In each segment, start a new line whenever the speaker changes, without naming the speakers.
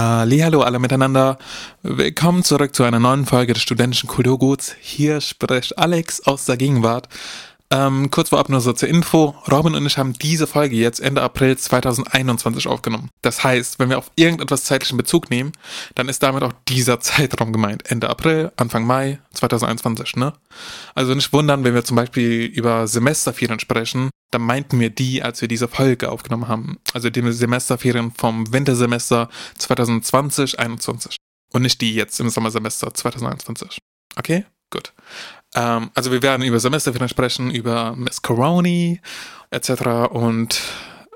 Hallo alle miteinander. Willkommen zurück zu einer neuen Folge des Studentischen Kulturguts. Hier spricht Alex aus der Gegenwart. Ähm, kurz vorab nur so zur Info. Robin und ich haben diese Folge jetzt Ende April 2021 aufgenommen. Das heißt, wenn wir auf irgendetwas zeitlichen Bezug nehmen, dann ist damit auch dieser Zeitraum gemeint. Ende April, Anfang Mai 2021, ne? Also nicht wundern, wenn wir zum Beispiel über Semesterferien sprechen, dann meinten wir die, als wir diese Folge aufgenommen haben. Also die Semesterferien vom Wintersemester 2020-21 und nicht die jetzt im Sommersemester 2021. Okay? Gut. Ähm, also wir werden über Semesterferien sprechen, über Miss Coroni etc. Und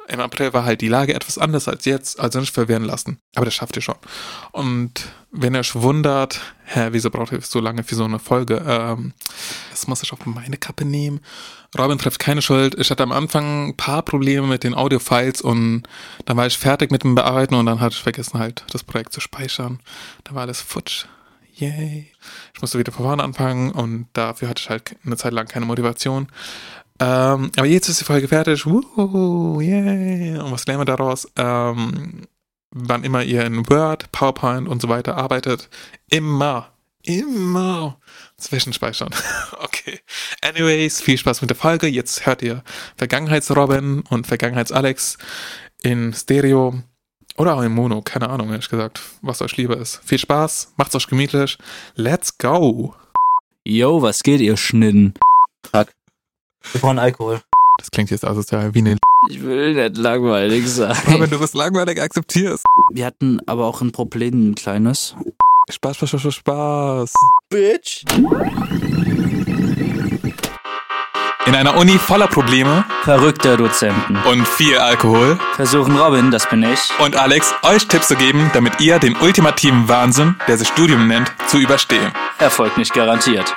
im April war halt die Lage etwas anders als jetzt, also nicht verwirren lassen. Aber das schafft ihr schon. Und wenn ihr euch wundert, hä, wieso braucht ihr so lange für so eine Folge? Ähm, das muss ich auf meine Kappe nehmen. Robin trifft keine Schuld. Ich hatte am Anfang ein paar Probleme mit den Audio-Files und dann war ich fertig mit dem Bearbeiten und dann hatte ich vergessen halt, das Projekt zu speichern. Dann war alles futsch. Yay. Ich musste wieder von vorne anfangen und dafür hatte ich halt eine Zeit lang keine Motivation. Ähm, aber jetzt ist die Folge fertig. Wuhu, yay. Und was lernen wir daraus? Ähm, wann immer ihr in Word, PowerPoint und so weiter arbeitet, immer, immer zwischenspeichern. okay. Anyways, viel Spaß mit der Folge. Jetzt hört ihr Vergangenheitsrobin und Vergangenheitsalex in Stereo oder auch in Mono. Keine Ahnung, ehrlich gesagt, was euch lieber ist. Viel Spaß, macht's euch gemütlich. Let's go.
Yo, was geht ihr Schnitten?
Wir brauchen Alkohol.
Das klingt jetzt asozial wie eine
Ich will nicht langweilig
Aber
sein.
du bist langweilig, akzeptierst.
Wir hatten aber auch ein Problem, ein kleines.
Spaß, Spaß, Spaß, Spaß.
Bitch.
In einer Uni voller Probleme
Verrückte Dozenten
und viel Alkohol
versuchen Robin, das bin ich,
und Alex euch Tipps zu geben, damit ihr den ultimativen Wahnsinn, der sich Studium nennt, zu überstehen.
Erfolg nicht garantiert.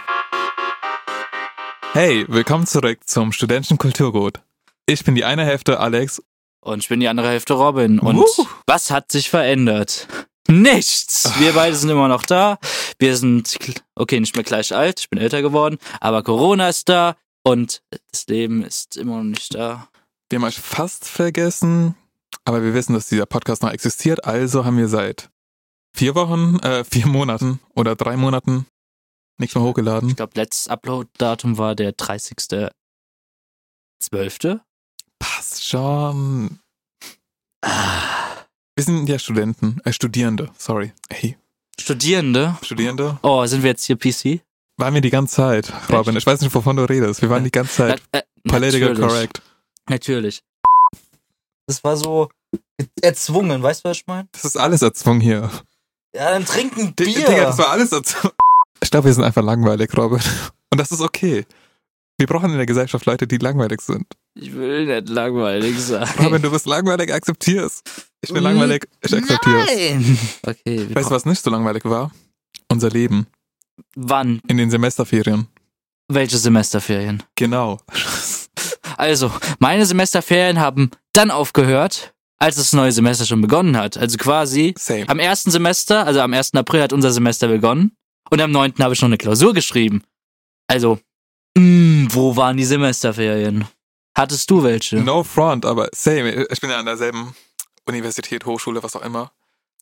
Hey, willkommen zurück zum Studentischen Kulturgut. Ich bin die eine Hälfte Alex.
Und ich bin die andere Hälfte Robin. Und
Wuhu.
was hat sich verändert? Nichts! Wir beide sind immer noch da. Wir sind, kl- okay, nicht mehr gleich alt, ich bin älter geworden, aber Corona ist da und das Leben ist immer noch nicht da.
Wir haben euch fast vergessen, aber wir wissen, dass dieser Podcast noch existiert, also haben wir seit vier Wochen, äh, vier Monaten oder drei Monaten nichts mehr hochgeladen.
Ich glaube, letztes Upload-Datum war der 30.12.
Passt schon. Ah. Wir sind ja Studenten, äh, Studierende, sorry. Hey,
Studierende.
Studierende?
Oh, sind wir jetzt hier PC?
Waren wir die ganze Zeit, Robin. Ich weiß nicht, wovon du redest. Wir waren die ganze Zeit
Na- äh,
political
natürlich.
correct.
Natürlich.
Das war so erzwungen, weißt du, was ich meine?
Das ist alles erzwungen hier.
Ja, dann trinken
D-
Bier.
Digga, das war alles erzwungen. Ich glaube, wir sind einfach langweilig, Robin. Und das ist okay. Wir brauchen in der Gesellschaft Leute, die langweilig sind.
Ich will nicht langweilig sein.
Robin, du bist langweilig, akzeptier's. Ich bin
Mm,
langweilig, ich akzeptier's.
Nein! Okay, wir
Weißt du, was nicht so langweilig war? Unser Leben
wann?
in den Semesterferien.
Welche Semesterferien?
Genau.
Also, meine Semesterferien haben dann aufgehört, als das neue Semester schon begonnen hat. Also quasi
Same.
am ersten Semester, also am 1. April hat unser Semester begonnen und am 9. habe ich noch eine Klausur geschrieben. Also, mm, wo waren die Semesterferien? Hattest du welche?
No front, aber same. Ich bin ja an derselben Universität, Hochschule, was auch immer.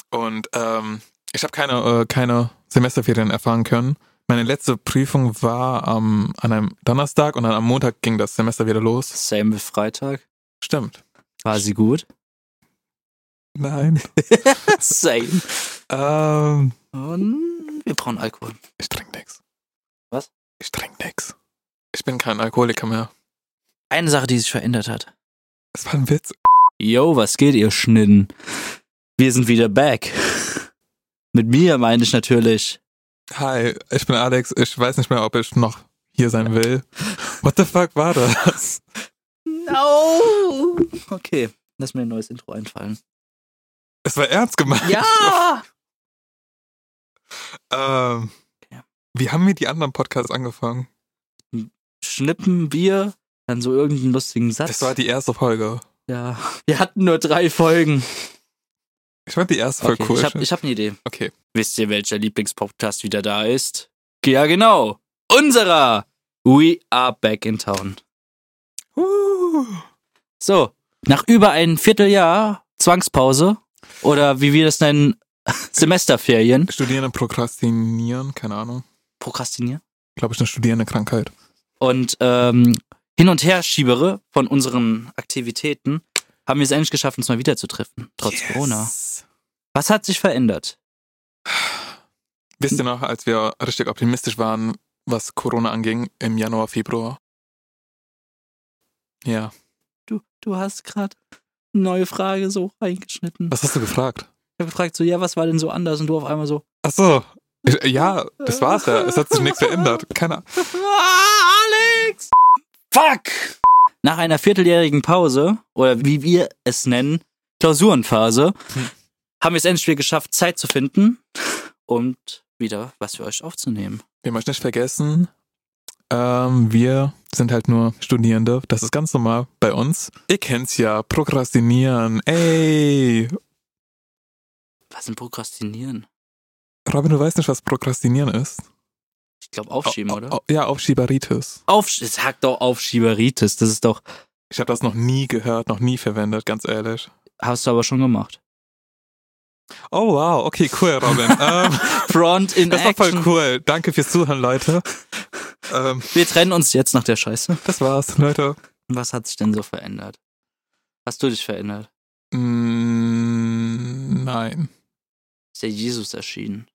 Und ähm, ich habe keine, äh, keine Semesterferien erfahren können. Meine letzte Prüfung war am- an einem Donnerstag und dann am Montag ging das Semester wieder los.
Same wie Freitag.
Stimmt.
War sie gut?
Nein.
Same.
ähm,
Und wir brauchen Alkohol.
ich trinke nix.
Was?
Ich trinke nix. Ich bin kein Alkoholiker mehr.
Eine Sache, die sich verändert hat.
Das war ein Witz.
Yo, was geht ihr Schnitten? Wir sind wieder back. Mit mir meine ich natürlich.
Hi, ich bin Alex. Ich weiß nicht mehr, ob ich noch hier sein will. What the fuck war das?
No! Okay, lass mir ein neues Intro einfallen.
Es war ernst gemeint.
Ja!
Ähm,
Ja.
Wie haben wir die anderen Podcasts angefangen?
Schnippen, Bier, dann so irgendeinen lustigen Satz.
Das war die erste Folge.
ja. Wir hatten nur drei Folgen.
Ich fand die erste Folge
okay,
cool.
ich hab, ich hab eine Idee.
okay.
Wisst ihr, welcher Lieblingspodcast wieder da ist? Ja, genau. Unserer! We are back in town.
Uh,
So, nach über ein Vierteljahr Zwangspause Oder wie wir das nennen, Semesterferien.
Studierende prokrastinieren, keine Ahnung.
Prokrastinieren.
Glaube ich, eine studierende Krankheit.
Und ähm, hin und her schiebere von unseren Aktivitäten haben wir es endlich geschafft, uns mal wieder zu treffen. Trotz
Yes.
Corona. Was hat sich verändert?
Wisst ihr noch, als wir richtig optimistisch waren, was Corona anging, im Januar, Februar? Ja.
Du, du hast gerade eine neue Frage so reingeschnitten.
Was hast du gefragt?
Ich habe gefragt, so, ja, was war denn so anders? Und du auf einmal so,
Ach so. Ich- Ja, das war's ja. Es hat sich nichts verändert. Keine Ahnung.
Ah, Alex! Fuck! Nach einer vierteljährigen Pause, oder wie wir es nennen, Klausurenphase,
Hm.
haben wir es endlich wieder geschafft, Zeit zu finden und wieder was für euch aufzunehmen.
Wir möchten nicht vergessen, ähm, wir sind halt nur Studierende. Das ist ganz normal bei uns. Ihr kennt's ja. Prokrastinieren. Ey.
Was denn Prokrastinieren?
Robin, du weißt nicht, was Prokrastinieren ist?
Ich glaube Aufschieben,
Au-
oder?
au- Ja, Aufschieberitis.
Aufsch es sagt doch Aufschieberitis, das ist doch,
Ich habe das noch nie gehört, noch nie verwendet, ganz ehrlich.
hast du aber schon gemacht.
Oh wow, okay, cool, Robin. ähm,
Front in
das war
Action.
voll cool. Danke fürs Zuhören, Leute. ähm,
Wir trennen uns jetzt nach der Scheiße.
das war's, Leute.
Was hat sich denn so verändert? Hast du dich verändert?
Mm, nein.
Ist der Jesus erschienen?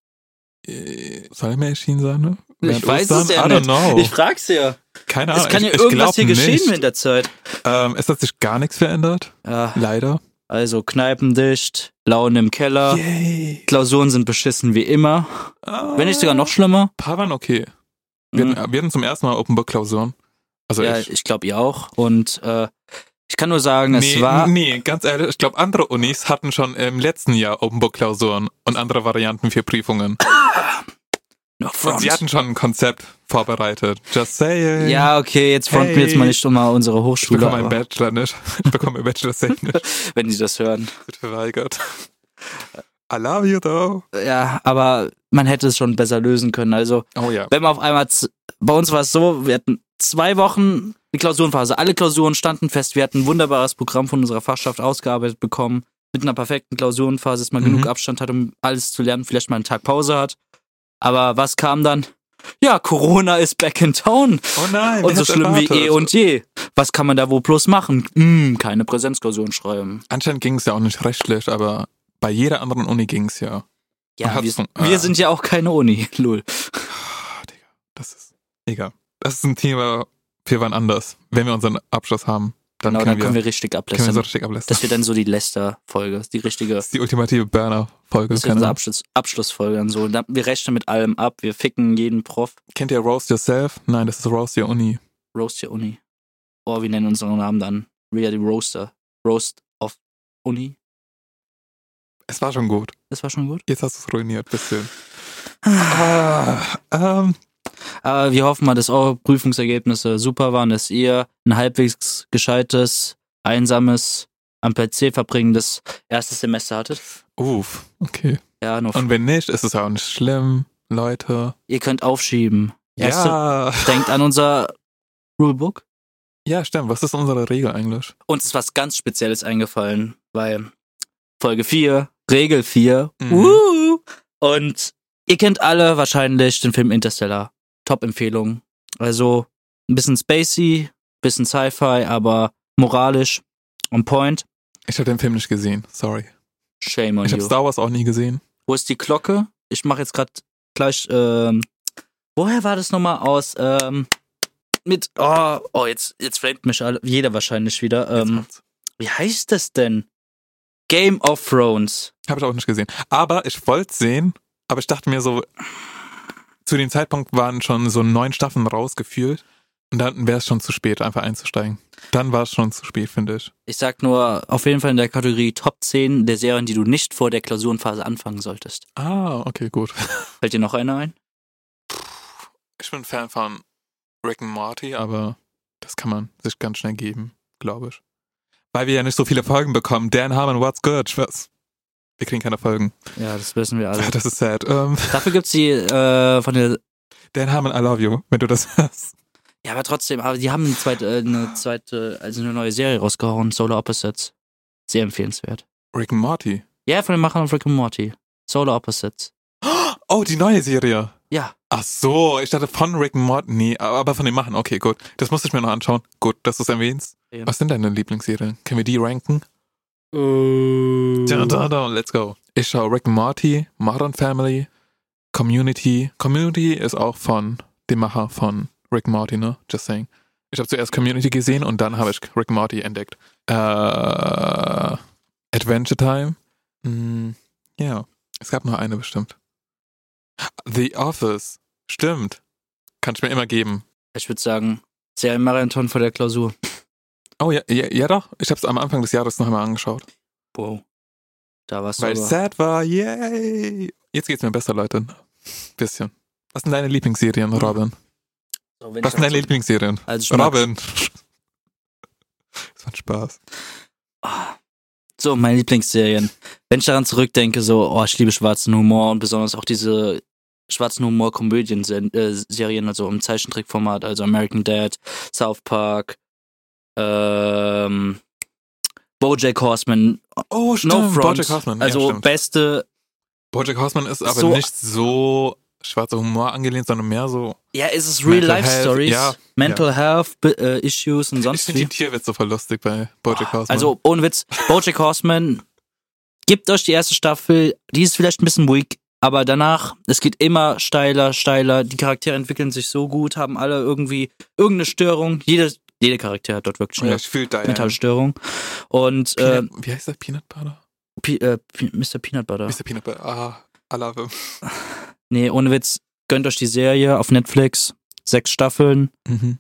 Äh, Soll er mir erschienen sein? Ne? Während
weiß
Ostern?
es ja
I don't
nicht.
know.
Ich frag's ja.
Keine Ahnung.
es kann
ich,
ja
ich glaub
irgendwas hier
nicht.
geschehen in der Zeit.
Ähm, es hat sich gar nichts verändert,
Ja,
leider.
also Kneipen dicht, Laune im Keller,
Yay.
Klausuren sind beschissen wie immer. Wenn nicht sogar noch schlimmer.
Paar waren okay. Wir,
Mhm.
hatten, wir hatten zum ersten Mal Open-Book-Klausuren. Also
ja,
ich.
ich glaube ihr auch. Und äh, ich kann nur sagen, es
nee,
war.
nee, ganz ehrlich, ich glaube, andere Unis hatten schon im letzten Jahr Open Book Klausuren und andere Varianten für Prüfungen.
No
Und
front.
sie hatten schon ein Konzept vorbereitet. Just saying.
Ja, okay, jetzt fronten wir jetzt mal
Hey.
nicht immer unsere
ich
Hochschule.
bekomme meinen
Aber,
Bachelor nicht. Ich bekomme meinen Bachelor safe nicht.
wenn sie das hören.
Wird verweigert. I love you though.
Ja, aber man hätte es schon besser lösen können. Also,
Oh ja.
wenn man auf einmal, z- bei uns war es so, wir hatten zwei Wochen die Klausurenphase. Alle Klausuren standen fest. Wir hatten ein wunderbares Programm von unserer Fachschaft ausgearbeitet bekommen. Mit einer perfekten Klausurenphase, dass man
Mhm.
genug Abstand hat, um alles zu lernen, vielleicht mal einen Tag Pause hat. Aber was kam dann? Ja, Corona ist back in town.
Oh nein.
Und
wer
so
hat's
schlimm wie
erwartet?
eh und je. Was kann man da wo bloß machen? Hm, keine Präsenzklausuren schreiben.
Anscheinend ging es ja auch nicht rechtlich, aber bei jeder anderen Uni ging es ja.
Ja,
Hat's
wir,
von-
wir sind ja auch keine Uni, lul.
Ah, Digga, das ist. Egal. Das ist ein Thema für wann anders. Wenn wir unseren Abschluss haben, dann
Genau,
können,
dann können
wir,
wir richtig
können wir so
ablästern.
richtig ablästern.
Das wird dann so die Lester-Folge, die richtige
Das ist die ultimative Burner-Folge.
Das ist
keine
unsere
Ahnung.
Abschluss, Abschlussfolge und so. Und dann- Wir rechnen mit allem ab, wir ficken jeden Prof.
Kennt ihr Roast Yourself? Nein, das ist Roast Your Uni.
Roast your Uni. Oh, wir nennen unseren Namen dann. Ria die Roaster. Roast of Uni.
Es war schon gut.
Das war schon gut.
Jetzt hast du es ruiniert, bisschen. ah, ähm,
Aber Äh, wir hoffen mal, dass eure Prüfungsergebnisse super waren, dass ihr ein halbwegs gescheites, einsames, am PC verbringendes erstes Semester hattet.
uff, okay.
Ja, nur
Und wenn nicht, ist es auch nicht schlimm, Leute.
ihr könnt aufschieben. Erste-
Ja,
Denkt an unser Rulebook.
ja, stimmt. Was ist unsere Regel eigentlich?
Uns ist was ganz Spezielles eingefallen, weil Folge 4, Regel 4.
Mhm.
Uh, und ihr kennt alle wahrscheinlich den Film Interstellar. Top-Empfehlung. Also ein bisschen spacey, bisschen Sci-Fi, aber moralisch on point.
Ich habe den Film nicht gesehen, sorry.
Shame on
Ich habe
you.
Star Wars auch nie gesehen.
Wo ist die Glocke? Ich mache jetzt gerade gleich. Ähm, woher war das nochmal aus? Ähm, mit. Oh, oh jetzt, jetzt flamet mich alle, jeder wahrscheinlich wieder.
Jetzt
Ähm,
kommt's.
wie heißt das denn? Game of Thrones.
Habe ich auch nicht gesehen. Aber ich wollte sehen, aber ich dachte mir so, zu dem Zeitpunkt waren schon so neun Staffeln rausgefühlt und dann wäre es schon zu spät, einfach einzusteigen. Dann war es schon zu spät, finde ich.
Ich sag nur, auf jeden Fall in der Kategorie Top 10 der Serien, die du nicht vor der Klausurenphase anfangen solltest.
Ah, okay, gut.
Fällt dir noch eine ein?
Ich bin Fan von Rick and Morty, aber das kann man sich ganz schnell geben, glaube ich. Weil wir ja nicht so viele Folgen bekommen. Dan Harmon, what's good? Was? Wir kriegen keine Folgen.
Ja, das wissen wir alle.
Das ist sad. Ähm,
Dafür gibt's die äh, von der.
Dan Harmon, I love you, wenn du das hörst.
Ja, aber trotzdem, aber die haben eine zweite, äh, eine zweite, also eine neue Serie rausgehauen, Solar Opposites. Sehr empfehlenswert.
Rick and Morty.
Ja, von den Machern von Rick and Morty. Solar Opposites.
Oh, die neue Serie.
Ja.
Ach so, ich dachte von Rick and Morty. Nee, aber von dem machen. Okay, gut. Das musste ich mir noch anschauen. Gut, dass du es erwähnst.
Ja.
Was sind deine Lieblingsserien? Können wir die ranken? Da,
Äh,
da, da, let's go. Ich schaue Rick and Morty, Modern Family, Community. Community ist auch von dem Macher von Rick and Morty, ne? Just saying. Ich habe zuerst Community gesehen und dann habe ich Rick and Morty entdeckt. Äh, Adventure Time. Hm, Ja, es gab noch eine bestimmt. The Office. Stimmt. Kann ich mir immer geben.
ich würde sagen, sehr Marathon vor der Klausur.
Oh ja, ja, ja doch. Ich habe es am Anfang des Jahres noch einmal angeschaut.
Wow. Da warst du.
Weil ich
aber-
sad war, yay! Jetzt geht's mir besser, Leute. Bisschen. Was sind deine Lieblingsserien, Robin?
So, wenn
Was sind
Hm. ich dann
deine
so-
Lieblingsserien?
Also schon mal-
Robin! Das war ein Spaß.
So, meine Lieblingsserien. Wenn ich daran zurückdenke, so, oh, ich liebe schwarzen Humor und besonders auch diese schwarzen Humor-Komödien-Serien, also im Zeichentrickformat, also American Dad, South Park, ähm, Bojack Horseman,
Oh,
No Front.
Bojack Horseman.
also
ja, stimmt.
beste,
Bojack Horseman ist aber
So-
nicht so schwarzer Humor angelehnt, sondern mehr so.
ja, ist es Real
Mental
Life
Health,
Stories,
ja,
Mental Health Bi- äh, Issues und
ich
sonst
finde
wie.
die Tierwitze voll lustig bei Bojack Horseman.
Also ohne Witz, Bojack Horseman, gebt euch die erste Staffel, die ist vielleicht ein bisschen weak, aber danach, es geht immer steiler, steiler, die Charaktere entwickeln sich so gut, haben alle irgendwie irgendeine Störung, jede, jede Charakter hat dort wirklich
Oh ja,
eine
ich fühl da ja.
mentale Störung und äh,
Peanut, Wie heißt der Peanut Butter?
P äh, P Mr. Peanut Butter,
Mr. Peanut Butter. Ah, I love him.
nee, ohne Witz, gönnt euch die Serie auf Netflix, sechs Staffeln,
Mhm.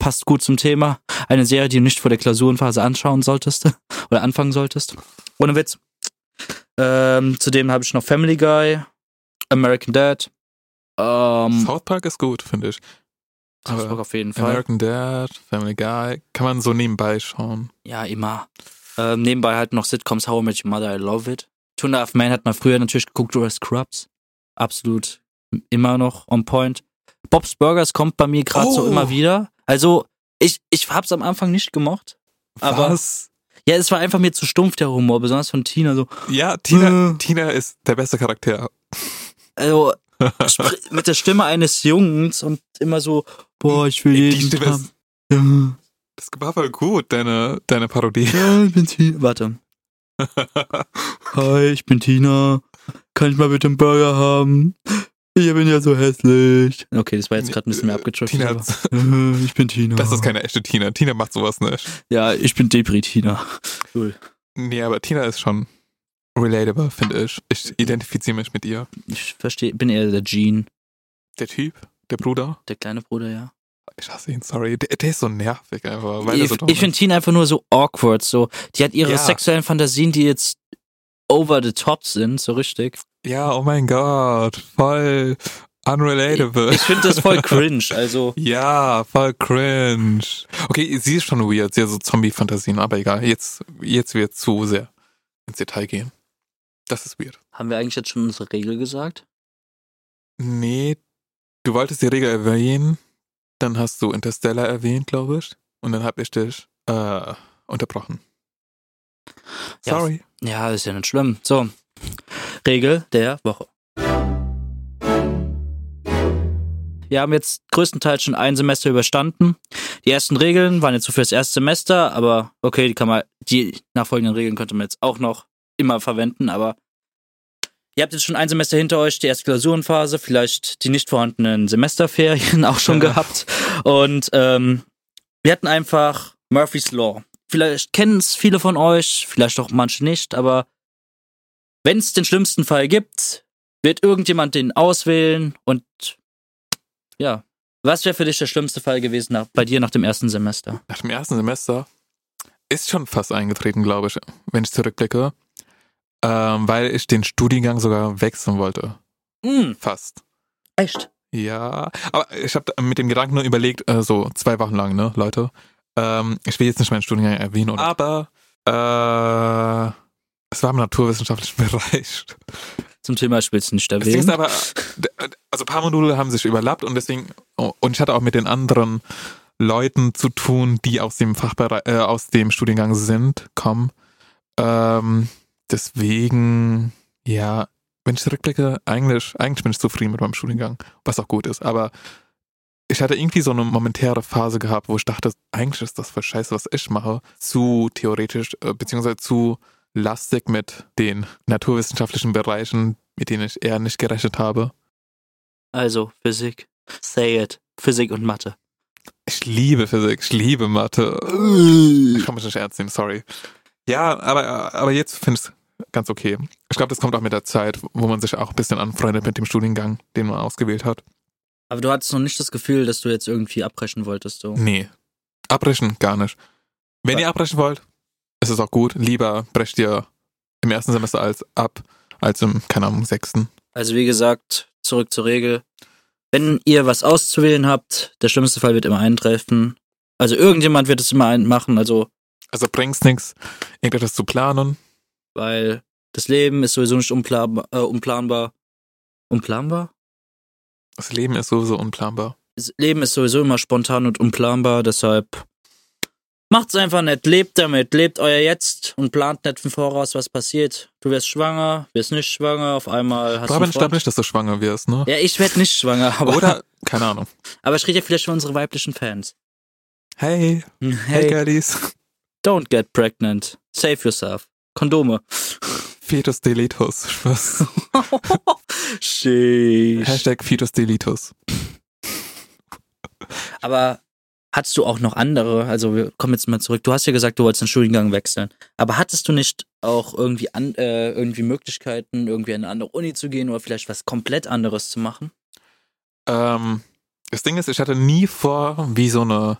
passt gut zum Thema, eine Serie, die du nicht vor der Klausurenphase anschauen solltest oder anfangen solltest. Ohne Witz. Ähm, zudem habe ich noch Family Guy, American Dad, ähm,
South Park ist gut, finde ich. aber-
South Park auf jeden Fall.
American Dad, Family Guy, kann man so nebenbei schauen.
ja, immer. Ähm, nebenbei halt noch Sitcoms How I Met Your Mother, I Love It. Two and a Half Man hat man früher natürlich geguckt, oder Scrubs. Absolut immer noch on point. Bob's Burgers kommt bei mir gerade so
Oh.
immer wieder. Also, ich, ich hab's am Anfang nicht gemocht. Aber-
Was?
Ja, es war einfach mir zu stumpf, der Humor, besonders von Tina. So,
Ja, Tina,
Äh.
Tina ist der beste Charakter.
also spr- mit der Stimme eines Jungs und immer so, boah, ich will
Die
jeden
Stimme
haben.
ist,
Ja,
das war voll gut, deine, deine Parodie.
ja, ich bin Tina. Warte. Hi, ich bin Tina. Kann ich mal bitte einen Burger haben? Ich bin ja so hässlich. Okay, das war jetzt gerade ein bisschen mehr abgetrifft.
Tina,
aber- Äh, Ich bin Tina.
das ist keine echte Tina. Tina macht sowas nicht.
Ja, ich bin Depri-Tina.
Nee, aber Tina ist schon relatable, finde ich. Ich identifiziere mich mit ihr.
Ich verstehe, bin eher der Jean.
Der Typ, der Bruder,
Der kleine Bruder, ja.
ich hasse ihn, sorry. Der, der ist so nervig einfach. Weil er
Ich,
so dumm
ich finde Tina einfach nur so awkward. So, die hat ihre
Ja.
sexuellen Fantasien, die jetzt over the top sind, so richtig.
ist. Ja, oh mein Gott, voll unrelatable.
Ich finde das voll cringe. Also,
Ja, voll cringe. Okay, sie ist schon weird, sie hat so Zombie-Fantasien, aber egal, jetzt, jetzt wird zu sehr ins Detail gehen. Das ist weird.
haben wir eigentlich jetzt schon unsere Regel gesagt?
Nee, du wolltest die Regel erwähnen, dann hast du Interstellar erwähnt, glaube ich, und dann hab ich dich äh, unterbrochen.
Ja.
Sorry.
Ja, ist ja nicht schlimm. So, Regel der Woche. Wir haben jetzt größtenteils schon ein Semester überstanden. Die ersten Regeln waren jetzt so fürs erste Semester, aber okay, die kann man, die nachfolgenden Regeln könnte man jetzt auch noch immer verwenden, aber ihr habt jetzt schon ein Semester hinter euch, die erste Klausurenphase, vielleicht die nicht vorhandenen Semesterferien auch schon
Ja.
gehabt. Und ähm, wir hatten einfach Murphy's Law. Vielleicht kennen es viele von euch, vielleicht auch manche nicht, aber wenn es den schlimmsten Fall gibt, wird irgendjemand den auswählen und ja. Was wäre für dich der schlimmste Fall gewesen nach, bei dir nach dem ersten Semester?
Nach dem ersten Semester ist schon fast eingetreten, glaube ich, wenn ich zurückblicke, ähm, weil ich den Studiengang sogar wechseln wollte.
Hm,
Fast.
echt?
Ja, aber ich habe mit dem Gedanken nur überlegt, äh, so zwei Wochen lang, ne, Leute. Ähm, ich will jetzt nicht meinen Studiengang erwähnen, oder? aber äh, es war im naturwissenschaftlichen Bereich.
Zum Thema ich will es nicht
Das Ding ist
erwähnen.
aber, d- also ein paar Module haben sich überlappt und deswegen, oh, und ich hatte auch mit den anderen Leuten zu tun, die aus dem Fachbereich, äh, aus dem Studiengang sind, kommen. Ähm, Deswegen, ja, wenn ich zurückblicke, eigentlich, eigentlich bin ich zufrieden mit meinem Studiengang, was auch gut ist. Aber ich hatte irgendwie so eine momentäre Phase gehabt, wo ich dachte, eigentlich ist das voll scheiße, was ich mache, zu theoretisch, äh, beziehungsweise zu lastig mit den naturwissenschaftlichen Bereichen, mit denen ich eher nicht gerechnet habe.
Also, Physik. Say it. Physik und Mathe.
Ich liebe Physik, ich liebe Mathe. Ich kann mich nicht ernst nehmen, sorry. Ja, aber, aber jetzt finde ich es ganz okay. Ich glaube, das kommt auch mit der Zeit, wo man sich auch ein bisschen anfreundet mit dem Studiengang, den man ausgewählt hat.
Aber du hattest noch nicht das Gefühl, dass du jetzt irgendwie abbrechen wolltest, so.
Nee. Abbrechen, gar nicht. Wenn ihr abbrechen wollt, ist es auch gut. Lieber brecht ihr im ersten Semester als ab, als im, keine Ahnung, sechsten.
Also, wie gesagt, zurück zur Regel. Wenn ihr was auszuwählen habt, der schlimmste Fall wird immer eintreffen. Also, irgendjemand wird es immer ein- machen, also
Also bringt's nichts, irgendetwas zu planen.
weil das Leben ist sowieso nicht unplanbar. Äh, unplanbar. Unplanbar?
Das Leben ist sowieso unplanbar.
Das Leben ist sowieso immer spontan und unplanbar, deshalb macht's einfach nicht. Lebt damit, lebt euer Jetzt und plant nicht im Voraus, was passiert. Du wirst schwanger, wirst nicht schwanger, auf einmal
Robin, ich
hast du.
glaube
Einen Freund.
nicht, dass du schwanger wirst, ne?
Ja, ich werd nicht schwanger, aber,
Oder, keine Ahnung.
aber ich rede ja vielleicht für unsere weiblichen Fans.
Hey, hey,
Hey,
Girlies.
don't get pregnant. Save yourself. Kondome.
Fetus Delitus. Spaß.
Sheesh.
Hashtag Fetus Delitus.
Aber hattest du auch noch andere? Also wir kommen jetzt mal zurück. Du hast ja gesagt, du wolltest den Studiengang wechseln. Aber hattest du nicht auch irgendwie an, äh, irgendwie Möglichkeiten, irgendwie an eine andere Uni zu gehen oder vielleicht was komplett anderes zu machen?
Ähm, das Ding ist, ich hatte nie vor, wie so eine,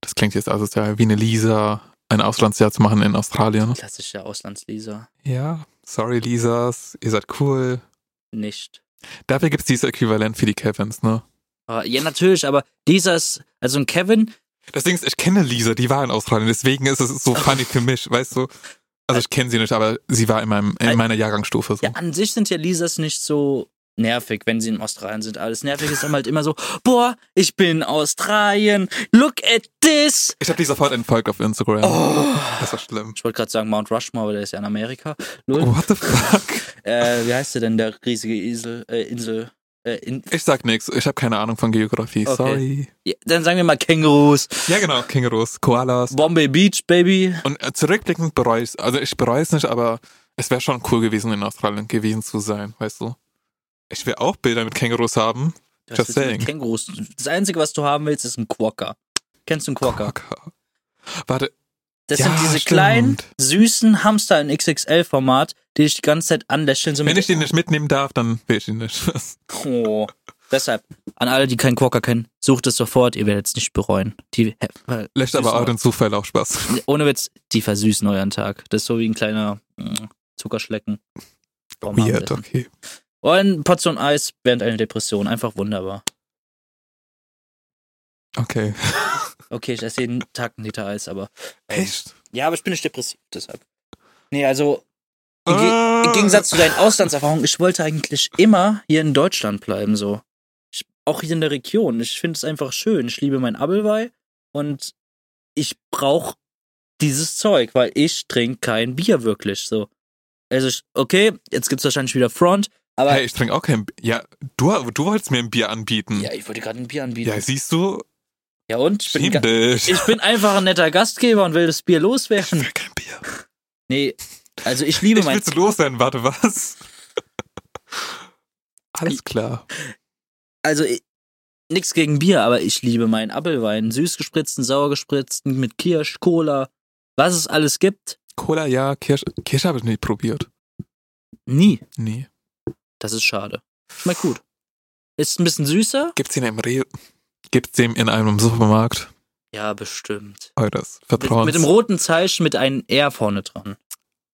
das klingt jetzt also asozial, wie eine Lisa ein Auslandsjahr zu machen in Australien.
Klassischer Auslandslisa.
Ja, sorry Lisas, ihr seid cool.
Nicht.
Dafür gibt's dieses Äquivalent für die Kevins, ne?
Aber, Ah, ja, natürlich, aber Lisa ist, also ein Kevin,
Das Ding ist, ich kenne Lisa, die war in Australien, deswegen ist es so funny für mich, weißt du? Also ich kenne sie nicht, aber sie war in, meinem, in
Al-
meiner Jahrgangsstufe so.
ja, an sich sind ja Lisas nicht so nervig, wenn sie in Australien sind. Alles nervig ist dann halt immer so, boah, ich bin in Australien, look at this.
Ich habe die sofort entfolgt auf Instagram.
Oh.
Das war schlimm.
Ich wollte gerade sagen Mount Rushmore, aber der ist ja in Amerika. Lol.
What the fuck?
Äh, wie heißt der denn, der riesige Isel, äh, Insel? Äh, in,
Ich sag nix, ich habe keine Ahnung von Geografie,
Okay.
sorry.
ja, dann sagen wir mal Kängurus.
Ja genau, Kängurus, Koalas.
Bombay Beach, Baby.
Und äh, zurückblickend bereue ich Also ich bereue es nicht, aber es wäre schon cool gewesen, in Australien gewesen zu sein, weißt du? Ich will auch Bilder mit Kängurus haben.
Was
Just
willst du mit
saying.
Kängurus. Das Einzige, was du haben willst, ist ein Quokka. Kennst du einen Quokka?
Quokka. Warte,
Das
Ja,
sind diese
stimmt.
kleinen, süßen Hamster in XXL-Format, die dich die ganze Zeit anlächeln. So
wenn
mit-
ich den nicht mitnehmen darf, dann will ich ihn nicht.
Oh. Deshalb, an alle, die keinen Quokka kennen, sucht es sofort, ihr werdet es nicht bereuen. Die, äh,
Lässt aber
süßen-
auch den Zufall auch Spaß.
Ohne Witz, die versüßen euren Tag. Das ist so wie ein kleiner mm, Zuckerschlecken. Warum haben wir
Weird,
das?
okay.
Und eine Portion Eis während einer Depression. Einfach wunderbar.
Okay.
Okay, ich esse jeden Tag einen Liter Eis, aber. ähm,
Echt?
Ja, aber ich bin nicht depressiv, deshalb. Nee, also im, Ge
Ah.
im Gegensatz zu deinen Auslandserfahrungen, ich wollte eigentlich immer hier in Deutschland bleiben, so. Ich, auch hier in der Region. Ich finde es einfach schön. Ich liebe mein Abelwei und ich brauche dieses Zeug, weil ich trinke kein Bier wirklich, so. Also, ich, okay, jetzt gibt's wahrscheinlich wieder Front, aber.
Hey, ich trinke auch kein Bier. Ja, du, du wolltest mir ein Bier anbieten.
Ja, ich wollte gerade ein Bier anbieten.
Ja, siehst du?
Ja, und? Ich bin,
Schäm
ga-
dich.
Ich bin einfach ein netter Gastgeber und will das Bier
Ich
loswerden.
will kein Bier.
Nee, also ich liebe
Ich
mein.
will's los sein, warte, was? Hm. Alles klar.
Also ich, nix gegen Bier, aber ich liebe meinen Apfelwein. Süß gespritzten, sauer gespritzten, mit Kirsch, Cola, was es alles gibt.
Cola, ja, Kirsch. Kirsch habe ich nicht probiert.
Nie.
Nee.
Das ist schade. Schmeckt gut. Ist ein bisschen süßer?
Gibt's ihn im Re Gibt's den in einem Supermarkt?
Ja, bestimmt.
Eures
Mit,
Vertrauens.
mit dem roten Zeichen mit einem R vorne dran.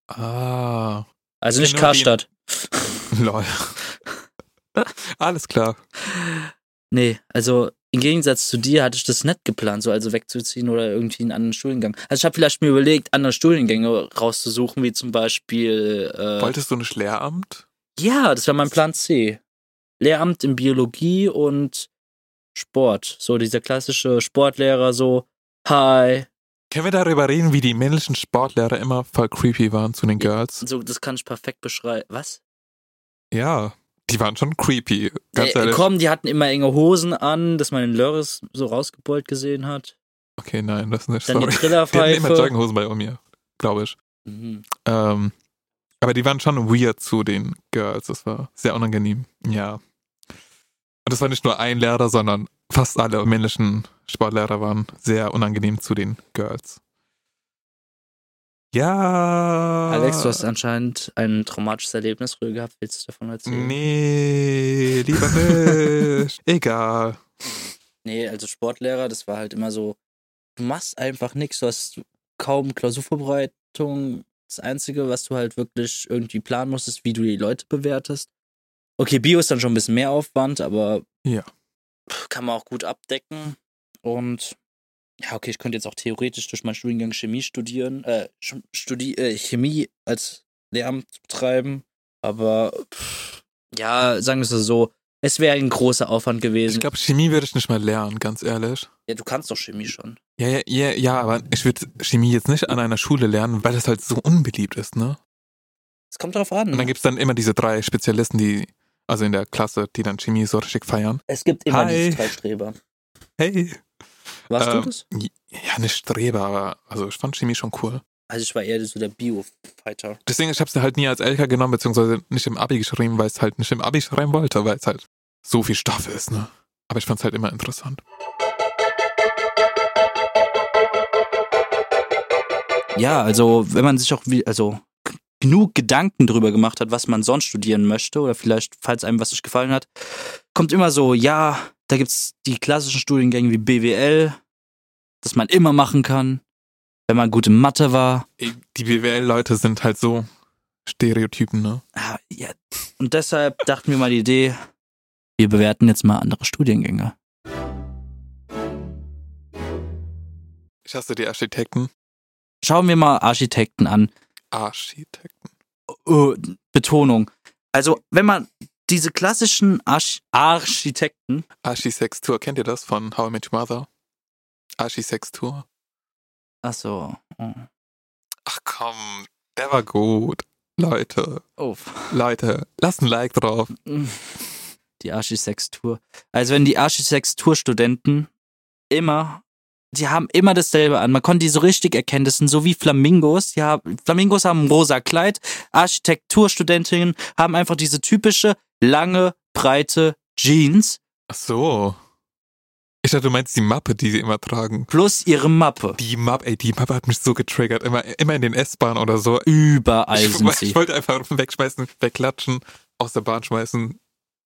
Ah,
Also
Ich
nicht
kenn nur den-
Karstadt.
lol. Alles klar.
Nee, also im Gegensatz zu dir hatte ich das nicht geplant, so also wegzuziehen oder irgendwie einen anderen Studiengang. Also ich habe vielleicht mir überlegt, andere Studiengänge rauszusuchen, wie zum Beispiel. Äh,
Wolltest du nicht Lehramt?
ja, das war mein Plan C. Lehramt in Biologie und Sport. So dieser klassische Sportlehrer, so, hi,
Können wir darüber reden, wie die männlichen Sportlehrer immer voll creepy waren zu den Girls?
So, das kann ich perfekt beschreiben. Was?
Ja, die waren schon creepy. Ganz
äh,
ehrlich.
komm, die hatten immer enge Hosen an, dass man den Lörres so rausgebeult gesehen hat.
Okay, nein, das ist eine
Dann die
Story. Die hatten immer
Trillerpfeife.
Joggenhosen bei mir, glaube ich.
Mhm.
Ähm, aber die waren schon weird zu den Girls. Das war sehr unangenehm. Ja. Und das war nicht nur ein Lehrer, sondern fast alle männlichen Sportlehrer waren sehr unangenehm zu den Girls. Ja.
Alex, du hast
Ah.
anscheinend ein traumatisches Erlebnis früher gehabt. Willst du davon erzählen?
Nee, lieber nicht. Egal.
Nee, also Sportlehrer, das war halt immer so, du machst einfach nichts, du hast kaum Klausurvorbereitung. Das Einzige, was du halt wirklich irgendwie planen musst, ist, wie du die Leute bewertest. Okay, Bio ist dann schon ein bisschen mehr Aufwand, aber
Ja.
pff, kann man auch gut abdecken. Und ja, okay, ich könnte jetzt auch theoretisch durch meinen Studiengang Chemie studieren, äh, Sch- studi äh Chemie als Lehramt betreiben, aber pff, ja, sagen wir es so, es wäre ein großer Aufwand gewesen.
Ich glaube, Chemie würde ich nicht mal lernen, ganz ehrlich.
Ja, du kannst doch Chemie schon.
Ja, ja, ja, ja, aber ich würde Chemie jetzt nicht an einer Schule lernen, weil das halt so unbeliebt ist, ne?
Es kommt drauf an.
Und dann
ne?
gibt es dann immer diese drei Spezialisten, die, also in der Klasse, die dann Chemie so richtig feiern.
es gibt immer
Hi.
diese drei Streber.
Hey.
Warst
Ähm,
du das?
Ja, nicht Streber, aber also ich fand Chemie schon cool.
Also ich war eher so der Bio-Fighter.
Deswegen, ich habe es halt nie als LK genommen, beziehungsweise nicht im Abi geschrieben, weil es halt nicht im Abi schreiben wollte, weil es halt so viel Stoff ist, ne? Aber ich fand es halt immer interessant.
Ja, also wenn man sich auch wie, also g- genug Gedanken drüber gemacht hat, was man sonst studieren möchte oder vielleicht, falls einem was nicht gefallen hat, kommt immer so, ja, da gibt's die klassischen Studiengänge wie BWL, das man immer machen kann, wenn man gut in Mathe war.
Die BWL-Leute sind halt so Stereotypen, ne?
Ah, ja. Und deshalb dachten wir mal die Idee, wir bewerten jetzt mal andere Studiengänge.
Ich hasse die Architekten.
Schauen wir mal Architekten an.
Architekten.
äh, Betonung. Also, wenn man diese klassischen Arch Architekten,
Archisextur, kennt ihr das von How I Met Your Mother? Archisextur.
ach so. oh,
Ach komm, der war gut. Leute,
Oh.
Leute, lasst ein Like drauf.
Die Archisextur. Also, wenn die Archisextur-Studenten immer, die haben immer dasselbe an. Man konnte die so richtig erkennen. Das sind so wie Flamingos. Die haben, Flamingos haben ein rosa Kleid. Architekturstudentinnen haben einfach diese typische lange, breite Jeans
Ach so. Ich dachte, du meinst die Mappe, die sie immer tragen.
plus ihre Mappe.
Die Mappe, ey, die Mappe hat mich so getriggert. Immer, immer in den S-Bahn oder so.
Überall
Ich,
sind sie.
ich wollte einfach wegschmeißen, wegklatschen, aus der Bahn schmeißen.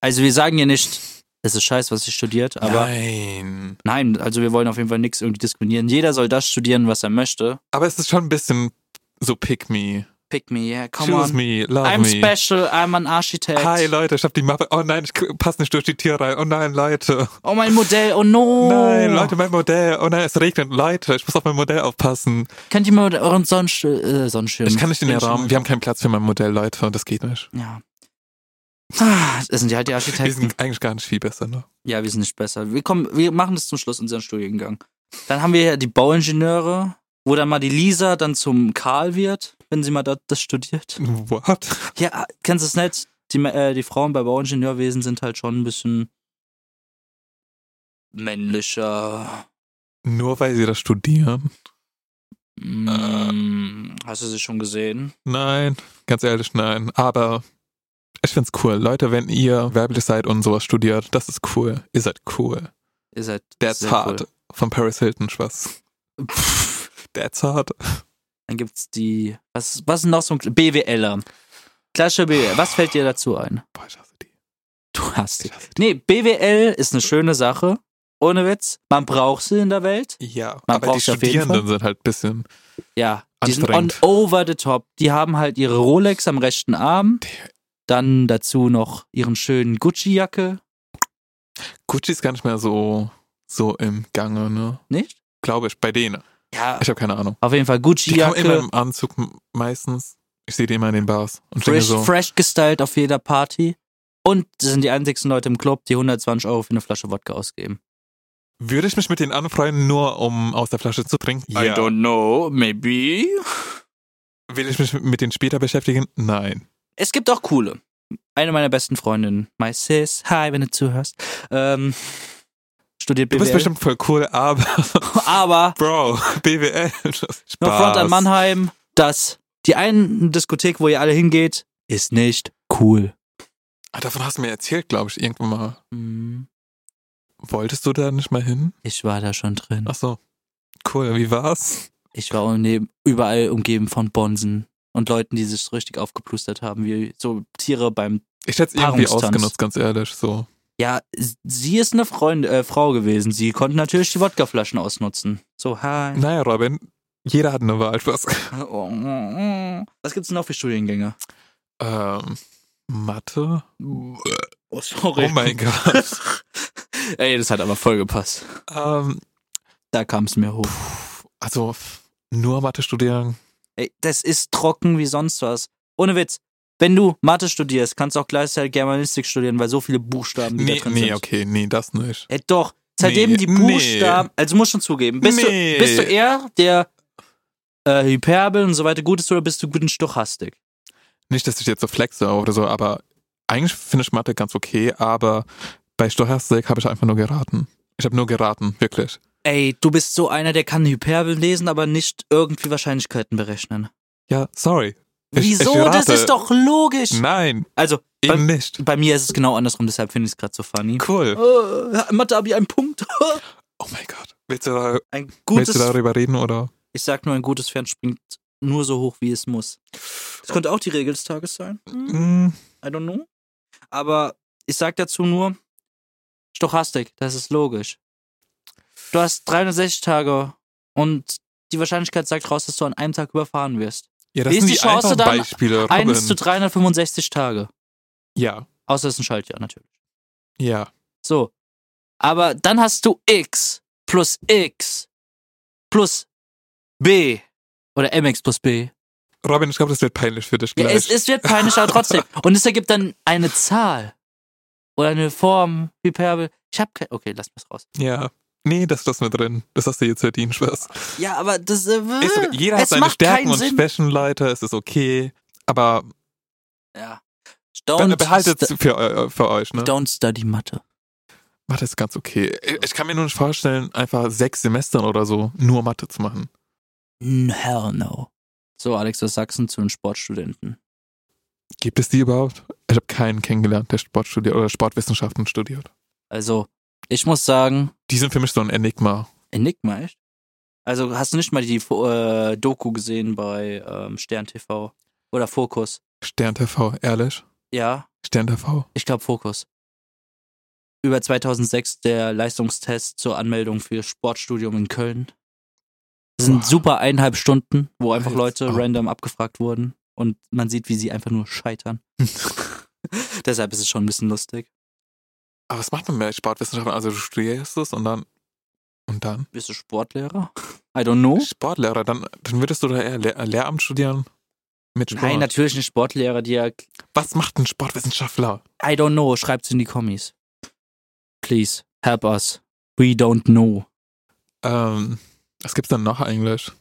Also wir sagen ja nicht, es ist scheiße, was sie studiert, aber
Nein.
nein. also wir wollen auf jeden Fall nichts irgendwie diskriminieren. Jeder soll das studieren, was er möchte.
Aber es ist schon ein bisschen so pick me.
Pick me, yeah, come
Choose
on.
me, love
I'm
me.
special, I'm an Architekt.
Hi Leute, ich hab die Mappe. Oh nein, ich passe nicht durch die Tür rein. Oh nein, Leute.
Oh, mein Modell, oh no.
Nein, Leute, mein Modell. Oh nein, es regnet. Leute, ich muss auf mein Modell aufpassen.
Könnt ihr mal euren Sonnenschirm... Äh, Sonnenschirm
Ich kann nicht in den Raum. Wir haben keinen Platz für mein Modell, Leute. Das geht nicht.
Ja. Ah, das sind ja halt die
Wir
Architekten.
sind eigentlich gar nicht viel besser, ne?
Ja, wir sind nicht besser. Wir, kommen, wir machen das zum Schluss unseren Studiengang. Dann haben wir ja die Bauingenieure, wo dann mal die Lisa dann zum Karl wird, wenn sie mal da, das studiert.
What?
Ja, kennst du es nicht? Die, Mä- äh, die Frauen bei Bauingenieurwesen sind halt schon ein bisschen männlicher.
Nur weil sie das studieren?
Mm, Hast du sie schon gesehen?
Nein, ganz ehrlich, nein. Aber ich find's cool. Leute, wenn ihr weiblich seid und sowas studiert, das ist cool. Ihr seid cool.
Ihr seid
That's
sehr
hard.
cool.
Von Paris Hilton, Spaß.
Pff,
That's hard.
Dann gibt's die. Was, was sind noch so ein Kl- BWLer? Klassische BWL. Was fällt dir dazu ein?
Boah, ich hasse die.
Du hast sie.
Ich hasse die.
Nee, BWL ist eine schöne Sache. Ohne Witz. Man braucht sie in der Welt.
Ja,
Man
aber die
braucht's auf jeden
Studierenden sind halt ein bisschen.
Ja, die sind on
Anstrengend.
over the top. Die haben halt ihre Rolex am rechten Arm. Dann dazu noch ihren schönen Gucci-Jacke,
Gucci ist gar nicht mehr so, so im Gange, ne?
nicht?
Glaube ich, bei denen.
Ja,
Ich habe keine Ahnung.
auf jeden Fall
Die kommen immer
Gucci-Jacke.
im Anzug m- meistens. Ich sehe die immer in den Bars. Und denke
Fresh,
so,
fresh gestylt auf jeder Party. Und das sind die einzigsten Leute im Club, die 120 Euro für eine Flasche Wodka ausgeben.
Würde ich mich mit denen anfreunden, nur um aus der Flasche zu trinken?
I don't know, maybe.
Will ich mich mit denen später beschäftigen? Nein.
Es gibt auch coole. Eine meiner besten Freundinnen, my sis, hi, wenn du zuhörst, ähm, studiert
Du
BWL.
bist bestimmt voll cool, aber
aber
Bro, BWL. Spaß.
No Front an Mannheim, dass die einen Diskothek, wo ihr alle hingeht, ist nicht cool.
Ah, Davon hast du mir erzählt, glaube ich, irgendwann mal.
Hm,
Wolltest du da nicht mal hin?
Ich war da schon drin.
Ach so. Cool, wie war's?
Ich war umne- überall umgeben von Bonsen und Leuten, die sich richtig aufgeplustert haben, wie so Tiere beim.
Ich hätte es irgendwie
Paarungstanz.
ausgenutzt, ganz ehrlich. So.
Ja, s- sie ist eine Freund, äh, Frau gewesen. Sie konnte natürlich die Wodkaflaschen ausnutzen. So, hi.
Naja, Robin, jeder hat eine Wahl. Spaß.
Was gibt's denn noch für Studiengänge?
Ähm, Mathe?
Oh, sorry.
Oh mein Gott.
Ey, das hat aber voll gepasst.
ähm,
Da kam es mir hoch.
also, f- nur Mathe studieren?
Ey, das ist trocken wie sonst was. Ohne Witz. Wenn du Mathe studierst, kannst du auch gleichzeitig halt Germanistik studieren, weil so viele Buchstaben die
Nee,
da drin
nee,
sind.
okay, nee, das nicht.
Ey, doch. Seitdem
Nee,
die
nee.
Buchstaben, also muss schon zugeben, bist,
Nee.
du, bist du eher der äh, Hyperbel und so weiter gut ist oder bist du gut in Stochastik?
Nicht, dass ich jetzt so flexe oder so, aber eigentlich finde ich Mathe ganz okay, aber bei Stochastik habe ich einfach nur geraten. Ich habe nur geraten, wirklich.
Ey, du bist so einer, der kann Hyperbel lesen, aber nicht irgendwie Wahrscheinlichkeiten berechnen.
Ja, sorry. Ich-
Wieso?
ich
das
rate.
ist doch logisch.
Nein,
Also,
eben nicht.
bei mir ist es genau andersrum, deshalb finde ich es gerade so funny.
Cool.
Äh, Mathe habe ich einen Punkt.
Oh mein Gott. Willst du, da,
Ein
willst
gutes
du darüber reden oder?
Ich sag nur, ein gutes Pferd springt nur so hoch, wie es muss. Das könnte auch die Regel des Tages sein. Hm,
Mm,
I don't know. Aber ich sag dazu nur, Stochastik, das ist logisch. Du hast 360 Tage und die Wahrscheinlichkeit sagt raus, dass du an einem Tag überfahren wirst.
Ja, das
Wie ist
sind
die
die
Chance
einfachen
dann?
Beispiele. Robin.
1 zu 365 Tage.
Ja,
Außer es ist ein Schaltjahr natürlich.
ja.
So. Aber dann hast du x plus x plus b oder mx plus b
Robin, ich glaube, das wird peinlich für dich
Ja,
gleich.
es, es wird peinlich, aber trotzdem. Und es ergibt dann eine Zahl. Oder eine Form, Hyperbel. Ich hab kein. Okay, lass mal's raus.
ja. Nee, das lassen wir drin. Das hast du jetzt verdient, Spaß.
Ja, aber das. Äh,
Ist okay. Jeder hat
es
seine
macht
Stärken
keinen
und
Sinn.
Schwächen, Leute. Es ist okay. Aber
Ja.
be
Don't,
behaltet
stu-
es für, eu- für euch, ne?
don't study Mathe.
Mathe ist ganz okay. Ich kann mir nur nicht vorstellen, einfach sechs Semestern oder so nur Mathe zu machen.
Mm, Hell no. So, Alex aus Sachsen zu den Sportstudenten.
Gibt es die überhaupt? Ich habe keinen kennengelernt, der Sport studiert oder Sportwissenschaften studiert.
Also, ich muss sagen,
Die sind für mich so ein Enigma.
Enigma echt. Also, hast du nicht mal die äh, Doku gesehen bei ähm, Stern TV? Oder Fokus?
Stern TV, ehrlich?
Ja,
Stern TV?
Ich glaube Fokus. Über 2006 der Leistungstest zur Anmeldung für Sportstudium in Köln. Das sind
Boah.
super eineinhalb Stunden, wo einfach
Halt's
Leute
ab.
random abgefragt wurden und man sieht, wie sie einfach nur scheitern. Deshalb ist es schon ein bisschen lustig.
Aber was macht man mit Sportwissenschaften? Also du studierst es und dann und dann
Bist du Sportlehrer? I don't know.
Sportlehrer, dann, dann würdest du da eher Lehr Lehramt studieren mit Sport.
Nein, natürlich nicht Sportlehrer, die ja. I
was macht ein Sportwissenschaftler?
don't know. Schreibt's in die Kommis. Please, help us. We don't know.
Ähm, was gibt's dann noch eigentlich?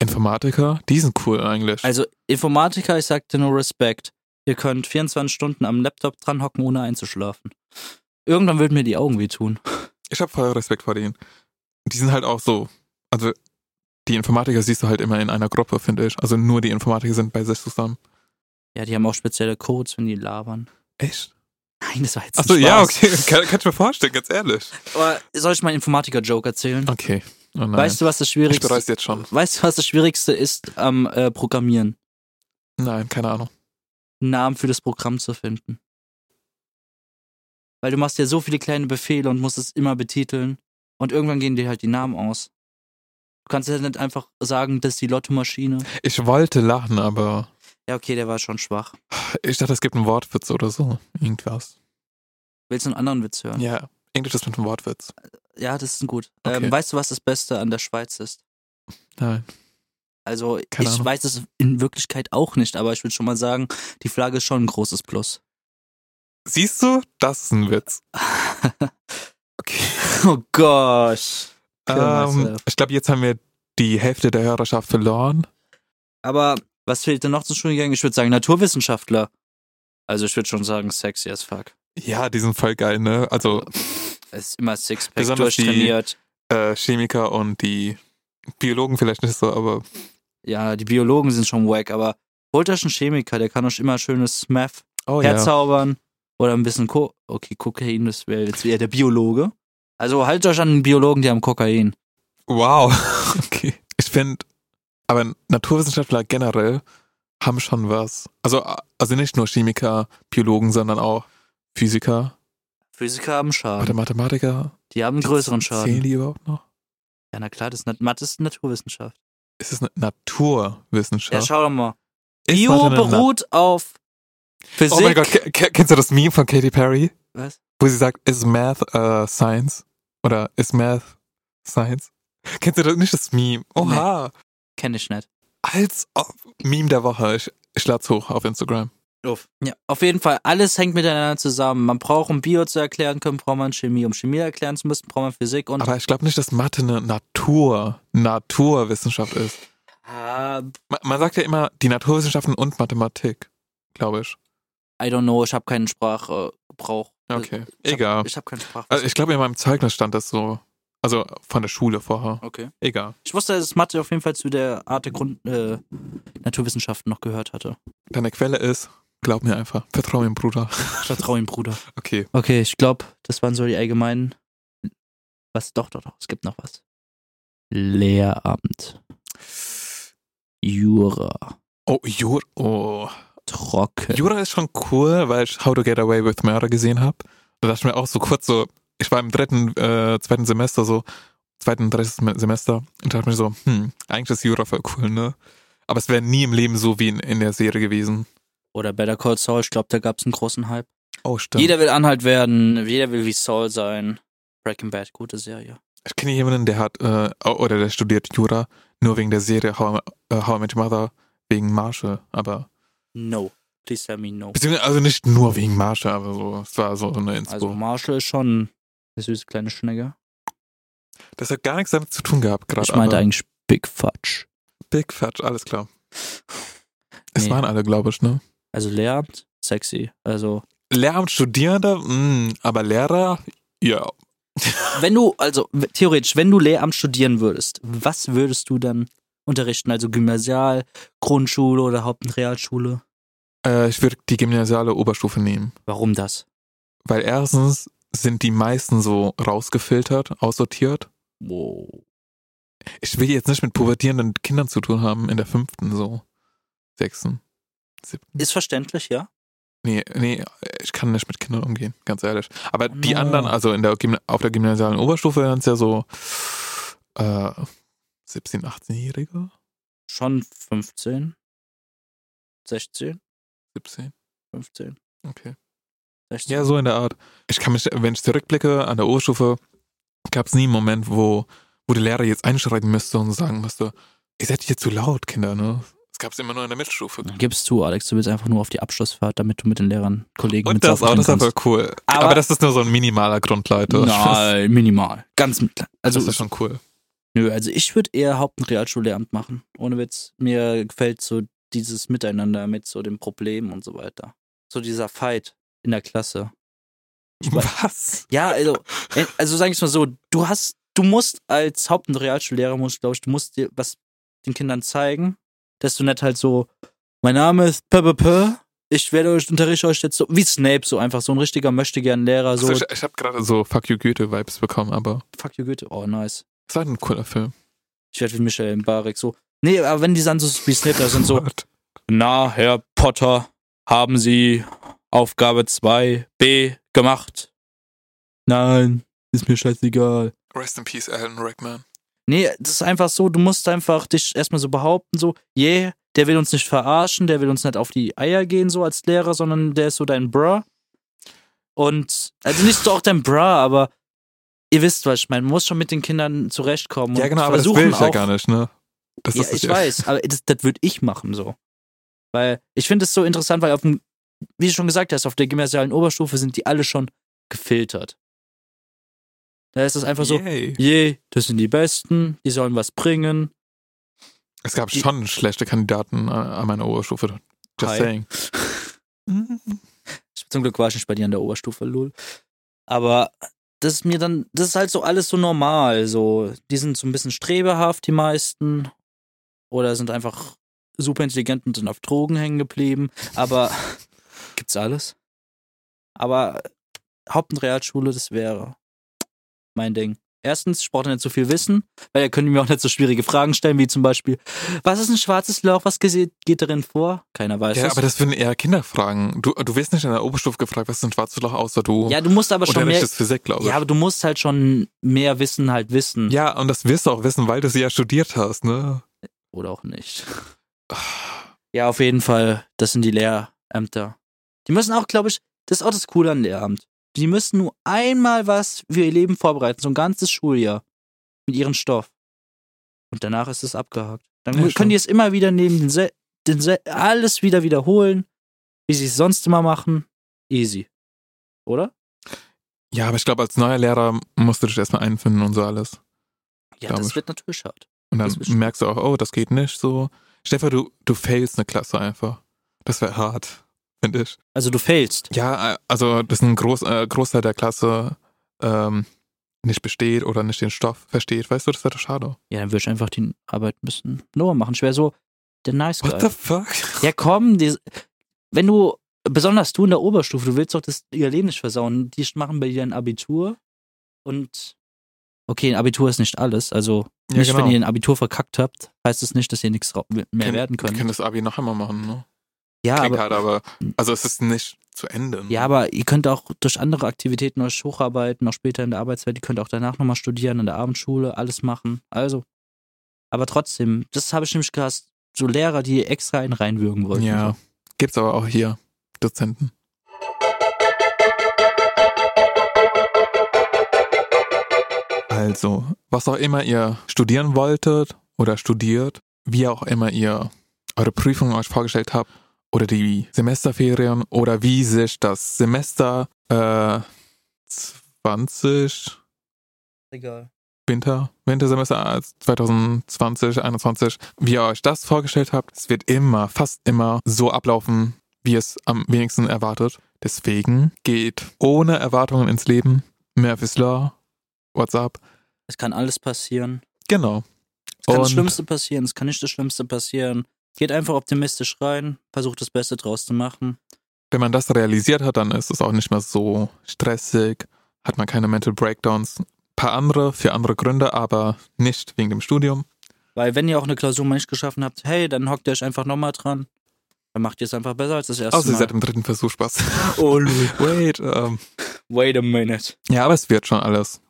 Informatiker, die sind cool eigentlich.
Also Informatiker, ich sagte nur Respekt. Ihr könnt 24 Stunden am Laptop dran hocken, ohne einzuschlafen. Irgendwann würden mir die Augen wehtun.
Ich habe voll Respekt vor denen. Die sind halt auch so. Also, die Informatiker siehst du halt immer in einer Gruppe, finde ich. Also, nur die Informatiker sind bei sich zusammen.
Ja, die haben auch spezielle Codes, wenn die labern.
Echt?
Nein, das war jetzt
Achso,
ein
ja,
Spaß.
okay. Kann, kann ich mir vorstellen, ganz ehrlich.
Aber soll ich meinen Informatiker-Joke erzählen?
Okay. Oh nein.
weißt du, was das
ich
Schwierigste
bereue es jetzt schon.
Weißt du, was das Schwierigste ist am äh, Programmieren?
Nein, keine Ahnung.
Einen Namen für das Programm zu finden. Weil du machst ja so viele kleine Befehle und musst es immer betiteln. Und irgendwann gehen dir halt die Namen aus. Du kannst ja nicht einfach sagen, das ist die Lottomaschine.
Ich wollte lachen, aber
Ja, okay, der war schon schwach.
ich dachte, es gibt einen Wortwitz oder so. Irgendwas.
Willst du einen anderen Witz hören? Ja,
Ja, Englisch ist mit einem Wortwitz.
das ist ein gut.
Okay.
Ähm, weißt du, was das Beste an der Schweiz ist?
Nein.
Also,
Keine
ich
Ahnung.
weiß es in Wirklichkeit auch nicht, aber ich würde schon mal sagen, die Flagge ist schon ein großes Plus.
Siehst du, das ist ein Witz. Okay.
Oh Gott.
Ähm, ich glaube, jetzt haben wir die Hälfte der Hörerschaft verloren.
Aber was fehlt denn noch zum Studiengang? Ich würde sagen Naturwissenschaftler. Also ich würde schon sagen sexy as fuck.
Ja, die sind voll geil, ne? Also
Es ist immer Sixpack
Besonders die-
durchtrainiert.
äh, Chemiker und die Biologen vielleicht nicht so, aber
ja, die Biologen sind schon wack, aber holt euch einen Chemiker, der kann euch immer schönes Smath
oh,
herzaubern oder ein bisschen Co okay, Kokain, das wäre jetzt eher der Biologe. Also haltet euch an einen Biologen, der am Kokain.
Wow. Okay. Ich finde, aber Naturwissenschaftler generell haben schon was. Also, also nicht nur Chemiker, Biologen, sondern auch Physiker,
Physiker haben
Mathe-
Schaden.
Mathematiker.
Die haben einen größeren
Zählen
Schaden.
die überhaupt noch?
Ja, na klar, das ist Nat Mathe ist Naturwissenschaft.
Ist es eine Naturwissenschaft?
Ja, schau doch mal.
Ist Mathe
Bio
eine Nat-
beruht auf Physik.
Oh mein Gott, ke- ke- kennst du das Meme von Katy Perry,
Was?
wo sie sagt, is Math äh, Science? Oder is Math Science? Kennst du das nicht das Meme? Oha.
Kenn ich nicht.
Als ob. Meme der Woche. Ich, ich lad's hoch auf Instagram.
Ja, auf jeden Fall, alles hängt miteinander zusammen. Man braucht, um Bio zu erklären können, braucht man Chemie. Um Chemie erklären zu müssen, braucht man Physik und.
Aber ich glaube nicht, dass Mathe eine Natur, Naturwissenschaft ist.
Ah,
Man, man sagt ja immer die Naturwissenschaften und Mathematik, glaube ich.
I don't know, ich habe keinen Sprachgebrauch.
Okay.
Ich hab-
Egal.
Ich habe keinen Sprachgebrauch.
Also ich glaube, in meinem Zeugnis stand das so. Also von der Schule vorher.
okay.
Egal.
Ich wusste, dass Mathe auf jeden Fall zu der Art der Grund äh, Naturwissenschaften noch gehört hatte.
Deine Quelle ist, glaub mir einfach. Vertrau mir, Bruder.
Ich vertraue ihm, Bruder.
Okay.
Okay, ich glaube, das waren so die allgemeinen. Was? Doch, doch, doch. Es gibt noch was. Lehramt. Jura.
Oh, Jura. Oh.
Trocken.
Jura ist schon cool, weil ich How to Get Away with Murder gesehen habe. Da dachte ich mir auch so kurz so, ich war im dritten, äh, zweiten Semester so, zweiten, dritten Semester und dachte mir so, hm, eigentlich ist Jura voll cool, ne? Aber es wäre nie im Leben so wie in, in der Serie gewesen.
Oder Better Call Saul. Ich glaube, da gab es einen großen Hype.
Oh, stimmt.
Jeder will Anhalt werden. Jeder will wie Saul sein. Breaking Bad, gute Serie.
Ich kenne jemanden, der hat, äh, oder der studiert Jura, nur wegen der Serie How, äh, How I Met Your Mother, wegen Marshall, aber,
No. Please tell me no.
beziehungsweise, also nicht nur wegen Marshall, aber so, es war so eine Inspo.
Also Marshall ist schon eine süße kleine Schnecke.
das hat gar nichts damit zu tun gehabt, gerade.
Ich meinte
aber-
eigentlich Big Fudge.
Big Fudge, alles klar. Es
Nee.
waren alle, glaube ich, ne?
Also Lehramt, sexy. Also
Lehramt Studierende, mh, aber Lehrer, ja.
wenn du, also w- theoretisch, wenn du Lehramt studieren würdest, was würdest du dann unterrichten? Also Gymnasial, Grundschule oder Haupt- und Realschule?
Äh, ich würde die gymnasiale Oberstufe nehmen.
Warum das?
Weil erstens sind die meisten so rausgefiltert, aussortiert.
Wow.
Ich will jetzt nicht mit pubertierenden Kindern zu tun haben in der fünften, so. Sechsten, siebten.
Ist verständlich, ja?
Nee, nee, ich kann nicht mit Kindern umgehen, ganz ehrlich. Aber die
No.
anderen, also in der Gymna auf der gymnasialen Oberstufe, wären es ja so äh, 17-, 18-Jährige.
Schon 15, 16,
17.
15,
Okay.
16.
Ja, so in der Art. Ich kann mich, wenn ich zurückblicke an der Oberstufe, gab es nie einen Moment, wo, wo der Lehrer jetzt einschreiten müsste und sagen müsste, ihr seid hier zu laut, Kinder, ne? Das gab es immer nur in der Mittelstufe.
Gib's zu, Alex, du willst einfach nur auf die Abschlussfahrt, damit du mit den Lehrern, Kollegen
Und
mit
das auch, das war
kannst.
voll cool.
Aber-
Aber, das ist nur so ein minimaler Grundleiter.
Nein, minimal. Ganz mit. Also
Also das ist schon cool.
Nö, also ich würde eher Haupt- und Realschullehramt machen. Ohne Witz. Mir gefällt so dieses Miteinander mit so den Problemen und so weiter. So dieser Fight in der Klasse. Ich mein-
Was?
Ja, also, äh, also sag ich's mal so, du hast, du musst als Haupt- und Realschullehrer, musst, glaube ich, du musst dir was den Kindern zeigen, dass du nicht halt so, mein Name ist p -p -p, ich werde euch, unterrichte euch jetzt so, wie Snape, so einfach, so ein richtiger Möchtegern-Lehrer, so,
Also ich ich habe gerade so Fuck You Goethe-Vibes bekommen, aber
fuck you Goethe, oh nice.
es war ein cooler Film.
Ich werde wie Michael Barek, so. Nee, aber wenn die dann so wie Snape da sind, so, Na, Herr Potter, haben Sie Aufgabe 2b gemacht? Nein, ist mir scheißegal.
Rest in Peace, Alan Rickman.
Nee, das ist einfach so, du musst einfach dich erstmal so behaupten, so, yeah, der will uns nicht verarschen, der will uns nicht auf die Eier gehen, so als Lehrer, sondern der ist so dein Bruh. Und, also nicht so auch dein Bruh, aber ihr wisst, was ich meine. Man muss schon mit den Kindern zurechtkommen.
Ja,
und
genau, aber das
versuchen
will ich ja
auch-
gar nicht, ne? Das
ja,
ist es
ich weiß, aber das, das würde ich machen so. Weil ich finde es so interessant, weil auf dem, wie du schon gesagt hast, auf der gymnasialen Oberstufe sind die alle schon gefiltert. Da ist es einfach so,
Yay.
je, das sind die Besten, die sollen was bringen.
Es gab
Die-
schon schlechte Kandidaten äh, an meiner Oberstufe. Just
Hi.
saying. Mhm.
Zum Glück war ich nicht bei dir an der Oberstufe, lol. Aber das ist mir dann, das ist halt so alles so normal. So, die sind so ein bisschen strebehaft, die meisten. Oder sind einfach super intelligent und sind auf Drogen hängen geblieben. Aber gibt's alles. Aber Haupt- und Realschule, das wäre mein Ding. Erstens, ich brauche nicht so viel Wissen, weil ihr könnt mir auch nicht so schwierige Fragen stellen, wie zum Beispiel, was ist ein schwarzes Loch, was gese- geht darin vor? Keiner weiß
Ja,
das.
aber das würden eher Kinder fragen. Du, du wirst nicht in der Oberstufe gefragt, was ist ein schwarzes Loch, außer du
ja, du musst aber schon mehr,
unterrichtest Physik, glaube ich.
Ja, aber du musst halt schon mehr Wissen halt wissen.
Also Ja, und das wirst du auch wissen, weil du sie ja studiert hast, ne?
Oder auch nicht.
Ah.
Ja, auf jeden Fall. Das sind die Lehrämter. Die müssen auch, glaube ich, das ist auch das Coole an Lehramt. Die müssen nur einmal was für ihr Leben vorbereiten, so ein ganzes Schuljahr. Mit ihrem Stoff. Und danach ist es abgehakt. Dann
Ja,
können
stimmt.
die es immer wieder nehmen, den Se den Se alles wieder wiederholen, wie sie es sonst immer machen. Easy. Oder?
Ja, aber ich glaube, als neuer Lehrer musst du dich erstmal einfinden und so alles.
Ja,
Glaub
das
ich.
wird natürlich hart.
Und dann
Das ist-
merkst du auch, oh, das geht nicht so. Stefan, du, du failst eine Klasse einfach. Das wäre hart, finde ich.
Also du failst.
Ja, äh, also, dass ein Groß, äh, Großteil der Klasse ähm, nicht besteht oder nicht den Stoff versteht, weißt du, das wäre doch schade.
Ja, dann würde ich einfach die Arbeit ein bisschen lower machen. Ich wäre so der Nice Guy.
What the fuck?
ja, komm, die, wenn du, besonders du in der Oberstufe, du willst doch das, ihr Leben nicht versauen. Die machen bei dir ein Abitur und, okay, ein Abitur ist nicht alles. Also,
Ja,
nicht,
genau.
wenn ihr ein Abitur verkackt habt, heißt es nicht, dass ihr nichts ra- mehr
Können-
werden
Wir
könnt.
können das Abi noch einmal machen, ne?
Ja,
Klingt
aber,
hart, aber, also es ist nicht zu Ende. ne?
ja, aber ihr könnt auch durch andere Aktivitäten euch hocharbeiten, auch später in der Arbeitswelt. Ihr könnt auch danach nochmal studieren, in der Abendschule, alles machen. Also, aber trotzdem, das habe ich nämlich gehasst. So Lehrer, die extra einen reinwürgen wollten.
Ja, gibt's aber auch hier Dozenten. Also, was auch immer ihr studieren wolltet oder studiert, wie auch immer ihr eure Prüfungen euch vorgestellt habt oder die Semesterferien oder wie sich das Semester äh, 20
Egal.
Winter, Wintersemester als 2020, 21, wie ihr euch das vorgestellt habt. Es wird immer, fast immer so ablaufen, wie ihr es am wenigsten erwartet. Deswegen geht ohne Erwartungen ins Leben. Murphy's Law, WhatsApp.
Es kann alles passieren.
Genau.
Es kann das
Und-
Schlimmste passieren, es kann nicht das Schlimmste passieren. Geht einfach optimistisch rein, versucht das Beste draus zu machen.
Wenn man das realisiert hat, dann ist es auch nicht mehr so stressig, hat man keine Mental Breakdowns. Paar andere, für andere Gründe, aber nicht wegen dem Studium.
Weil wenn ihr auch eine Klausur mal nicht geschaffen habt, hey, dann hockt ihr euch einfach nochmal dran. Dann macht ihr es einfach besser als das erste
Außer ihr seid
Mal.
im dritten Versuch Spaß.
Oh, Louis.
Wait, ähm,
Wait a minute.
ja, aber es wird schon alles. Und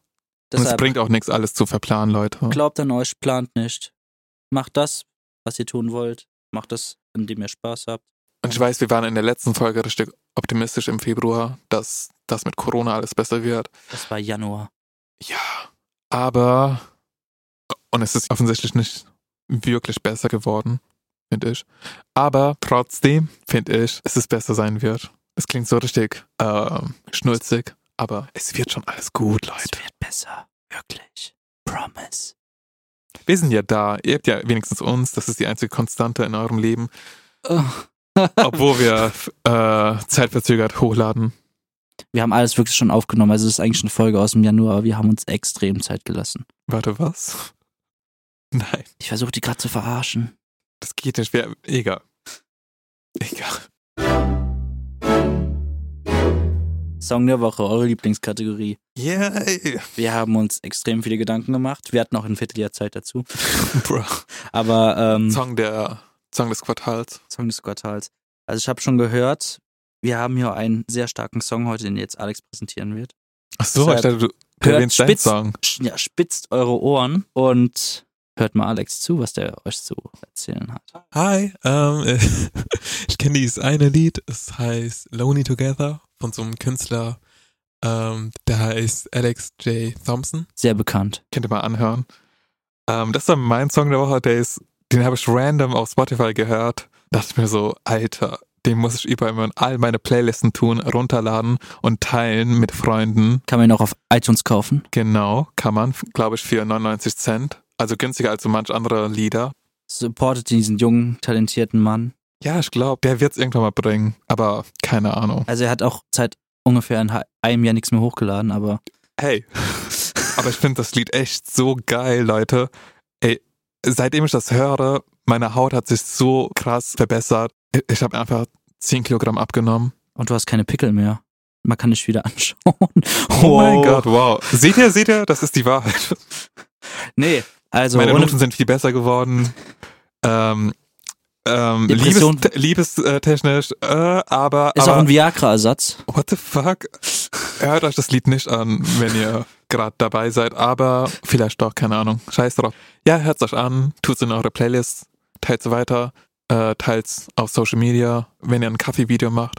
es
Deshalb
bringt auch nichts, alles zu verplanen, Leute.
glaubt an euch, plant nicht. Macht das, was ihr tun wollt. Macht das, an dem ihr Spaß habt.
Und ich weiß, wir waren in der letzten Folge richtig optimistisch im Februar, dass das mit Corona alles besser wird.
Das war Januar.
Ja, aber und es ist offensichtlich nicht wirklich besser geworden, finde ich. Aber trotzdem finde ich, dass es besser sein wird. Es klingt so richtig ähm, schnulzig, aber es wird schon alles gut,
Es
Leute.
wird besser. Wirklich. Promise.
Wir sind ja da. Ihr habt ja wenigstens uns. Das ist die einzige Konstante in eurem Leben, obwohl wir äh, zeitverzögert hochladen.
Wir haben alles wirklich schon aufgenommen. Also es ist eigentlich eine Folge aus dem Januar, aber wir haben uns extrem Zeit gelassen.
Warte, was? Nein.
Ich versuche die gerade zu verarschen.
Das geht nicht. Wir, egal. Egal.
Song der Woche, eure Lieblingskategorie.
Yay.
Wir haben uns extrem viele Gedanken gemacht. Wir hatten auch ein Vierteljahr Zeit dazu.
Bro.
Aber ähm, Song.
Song der Song des Quartals.
des Quartals. Also ich habe schon gehört, wir haben hier einen sehr starken Song heute, den jetzt Alex präsentieren wird.
Ach so, ich
Deshalb
dachte, du
hört
erwähnst deinen
spitz-
Song.
Sch- Ja, spitzt eure Ohren und hört mal Alex zu, was der euch zu erzählen hat.
Hi, ähm, ich kenne dieses eine Lied. Es heißt Lonely Together von so einem Künstler, ähm, der heißt Alex J. Thompson.
Sehr bekannt.
Könnt ihr mal anhören. Ähm, das war mein Song der Woche, der ist, den habe ich random auf Spotify gehört. Dachte ich mir so, Alter, Seitdem muss ich überall immer in all meine Playlisten tun, runterladen und teilen mit Freunden.
Kann man ihn auch auf iTunes kaufen.
Genau, kann man, glaube ich, für 99 Cent. Also günstiger als so manch andere Lieder.
Supportet diesen jungen, talentierten Mann.
Ja, ich glaube, der wird es irgendwann mal bringen, aber keine Ahnung.
Also er hat auch seit ungefähr ein- einem Jahr nichts mehr hochgeladen, aber
Hey, aber ich finde das Lied echt so geil, Leute. Ey, seitdem ich das höre, meine Haut hat sich so krass verbessert. Ich- Ich habe einfach 10 Kilogramm abgenommen.
und du hast keine Pickel mehr. Man kann dich wieder anschauen. Oh
Oh mein Gott, wow. Seht ihr, seht ihr? Das ist die Wahrheit.
Nee, also
meine
ohne,
Noten sind viel besser geworden. Ähm, ähm,
Depression.
liebes- liebestechnisch, äh, aber,
ist auch
aber
ein Viagra-Ersatz.
what the fuck? Hört euch das Lied nicht an, wenn ihr gerade dabei seid, aber vielleicht doch, keine Ahnung. Scheiß drauf. Ja, hört's euch an, tut's in eure Playlist, teilt's weiter, äh, teilt's auf Social Media, wenn ihr ein Kaffee-Video macht.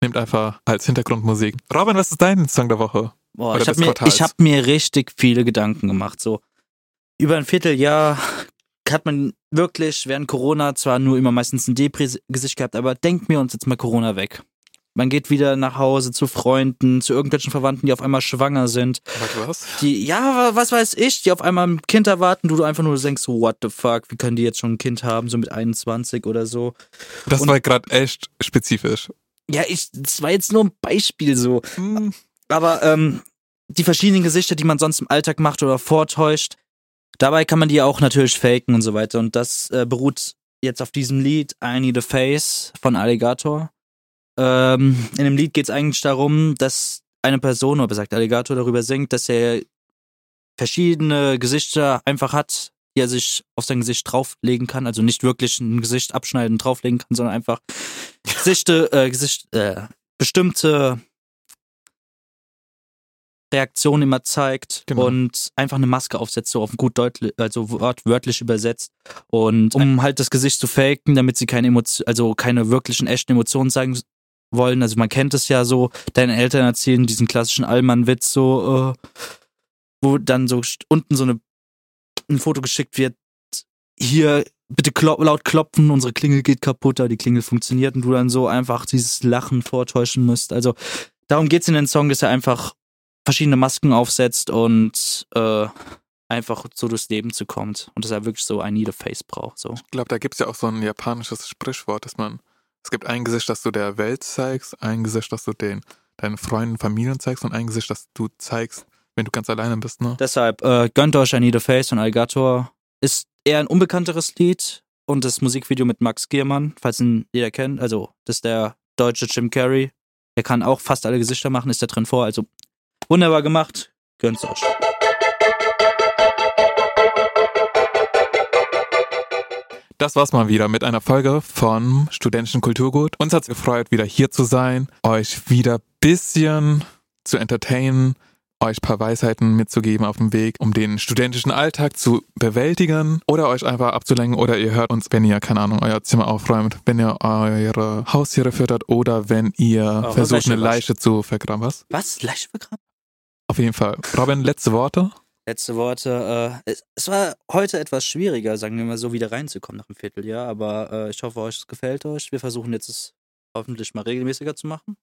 Nehmt einfach als Hintergrundmusik. Robin, was ist dein Song der Woche?
Boah,
Oder
ich habe
des
mir,
Quartals.
ich hab mir richtig viele Gedanken gemacht. So über ein Vierteljahr hat man wirklich während Corona zwar nur immer meistens ein Depri-Gesicht gehabt, aber denkt mir uns jetzt mal Corona weg. Man geht wieder nach Hause zu Freunden, zu irgendwelchen Verwandten, die auf einmal schwanger sind,
Warte, was?
die, ja, wa- was weiß ich, die auf einmal ein Kind erwarten, du du einfach nur denkst, what the fuck, wie können die jetzt schon ein Kind haben, so mit 21 oder so.
Das
Und-
war gerade echt spezifisch.
Ja, ich, das war jetzt nur ein Beispiel so.
Hm.
Aber ähm, die verschiedenen Gesichter, die man sonst im Alltag macht oder vortäuscht, dabei kann man die auch natürlich faken und so weiter. Und das äh, beruht jetzt auf diesem Lied I Need a Face von Alligator. Ähm, in dem Lied geht es eigentlich darum, dass eine Person, oder besagt Alligator, darüber singt, dass er verschiedene Gesichter einfach hat, die er sich auf sein Gesicht drauflegen kann. Also nicht wirklich ein Gesicht abschneiden und drauflegen kann, sondern einfach Gesichte, äh, Gesicht, äh, bestimmte Reaktion immer zeigt
Genau.
und einfach eine Maske aufsetzt, so auf gut deutlich, also wortwörtlich übersetzt. Und um halt das Gesicht zu faken, damit sie keine Emotion, also keine wirklichen echten Emotionen zeigen wollen. Also man kennt es ja so, deine Eltern erzählen diesen klassischen Allmann-Witz so, äh, wo dann so st- unten so eine, ein Foto geschickt wird, hier bitte klo laut klopfen, unsere Klingel geht kaputt, aber die Klingel funktioniert und du dann so einfach dieses Lachen vortäuschen müsst. Also darum geht's in den Song, dass er einfach verschiedene Masken aufsetzt und äh, einfach so durchs Leben zu kommt und dass er wirklich so ein Need a Face braucht. So.
Ich glaube, da gibt es ja auch so ein japanisches Sprichwort, dass man, es gibt ein Gesicht, das du der Welt zeigst, ein Gesicht, das du den, deinen Freunden, Familien zeigst und ein Gesicht, das du zeigst, wenn du ganz alleine bist, ne?
Deshalb äh, gönnt euch I Need a Face von Alligator. Ist eher ein unbekannteres Lied und das Musikvideo mit Max Giermann, falls ihn jeder kennt. Also, das ist der deutsche Jim Carrey. Er kann auch fast alle Gesichter machen, ist da drin vor. Also, wunderbar gemacht. Gönnt's euch.
Das war's mal wieder mit einer Folge von Studentischen Kulturgut. Uns hat's gefreut, wieder hier zu sein, euch wieder bisschen zu entertainen, euch paar Weisheiten mitzugeben auf dem Weg, um den studentischen Alltag zu bewältigen oder euch einfach abzulenken oder ihr hört uns, wenn ihr, keine Ahnung, euer Zimmer aufräumt, wenn ihr eure Haustiere füttert oder wenn ihr
Eure
versucht,
Wäsche
eine Leiche zu vergraben. Was?
Was? Leiche vergraben?
Auf jeden Fall. Robin, letzte Worte?
Letzte Worte. Äh, es, es war heute etwas schwieriger, sagen wir mal so, wieder reinzukommen nach dem Vierteljahr, aber äh, ich hoffe, euch es gefällt euch. Wir versuchen jetzt es hoffentlich mal regelmäßiger zu machen.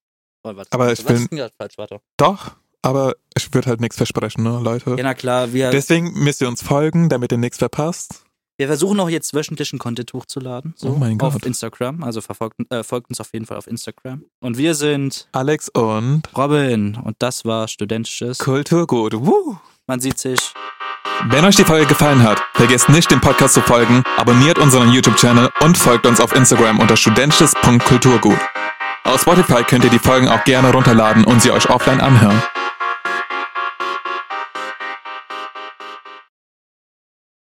Oh, warte,
Aber
warte,
ich
was
will-
ist denn grad falsch? Warte.
Doch, aber ich würde halt nichts versprechen, ne, Leute?
Ja, na klar, wir,
Deswegen müsst ihr uns folgen, damit ihr nichts verpasst.
wir versuchen auch jetzt wöchentlich ein Content hochzuladen. So,
Oh mein
auf
Gott.
Instagram. Also verfolgt, äh, folgt uns auf jeden Fall auf Instagram. Und wir sind
Alex und
Robin und das war Studentisches.
Kulturgut. Woo.
Man sieht sich.
Wenn euch die Folge gefallen hat, vergesst nicht, dem Podcast zu folgen, abonniert unseren YouTube-Channel und folgt uns auf Instagram unter studentisches.kulturgut. Auf Spotify könnt ihr die Folgen auch gerne runterladen und sie euch offline anhören.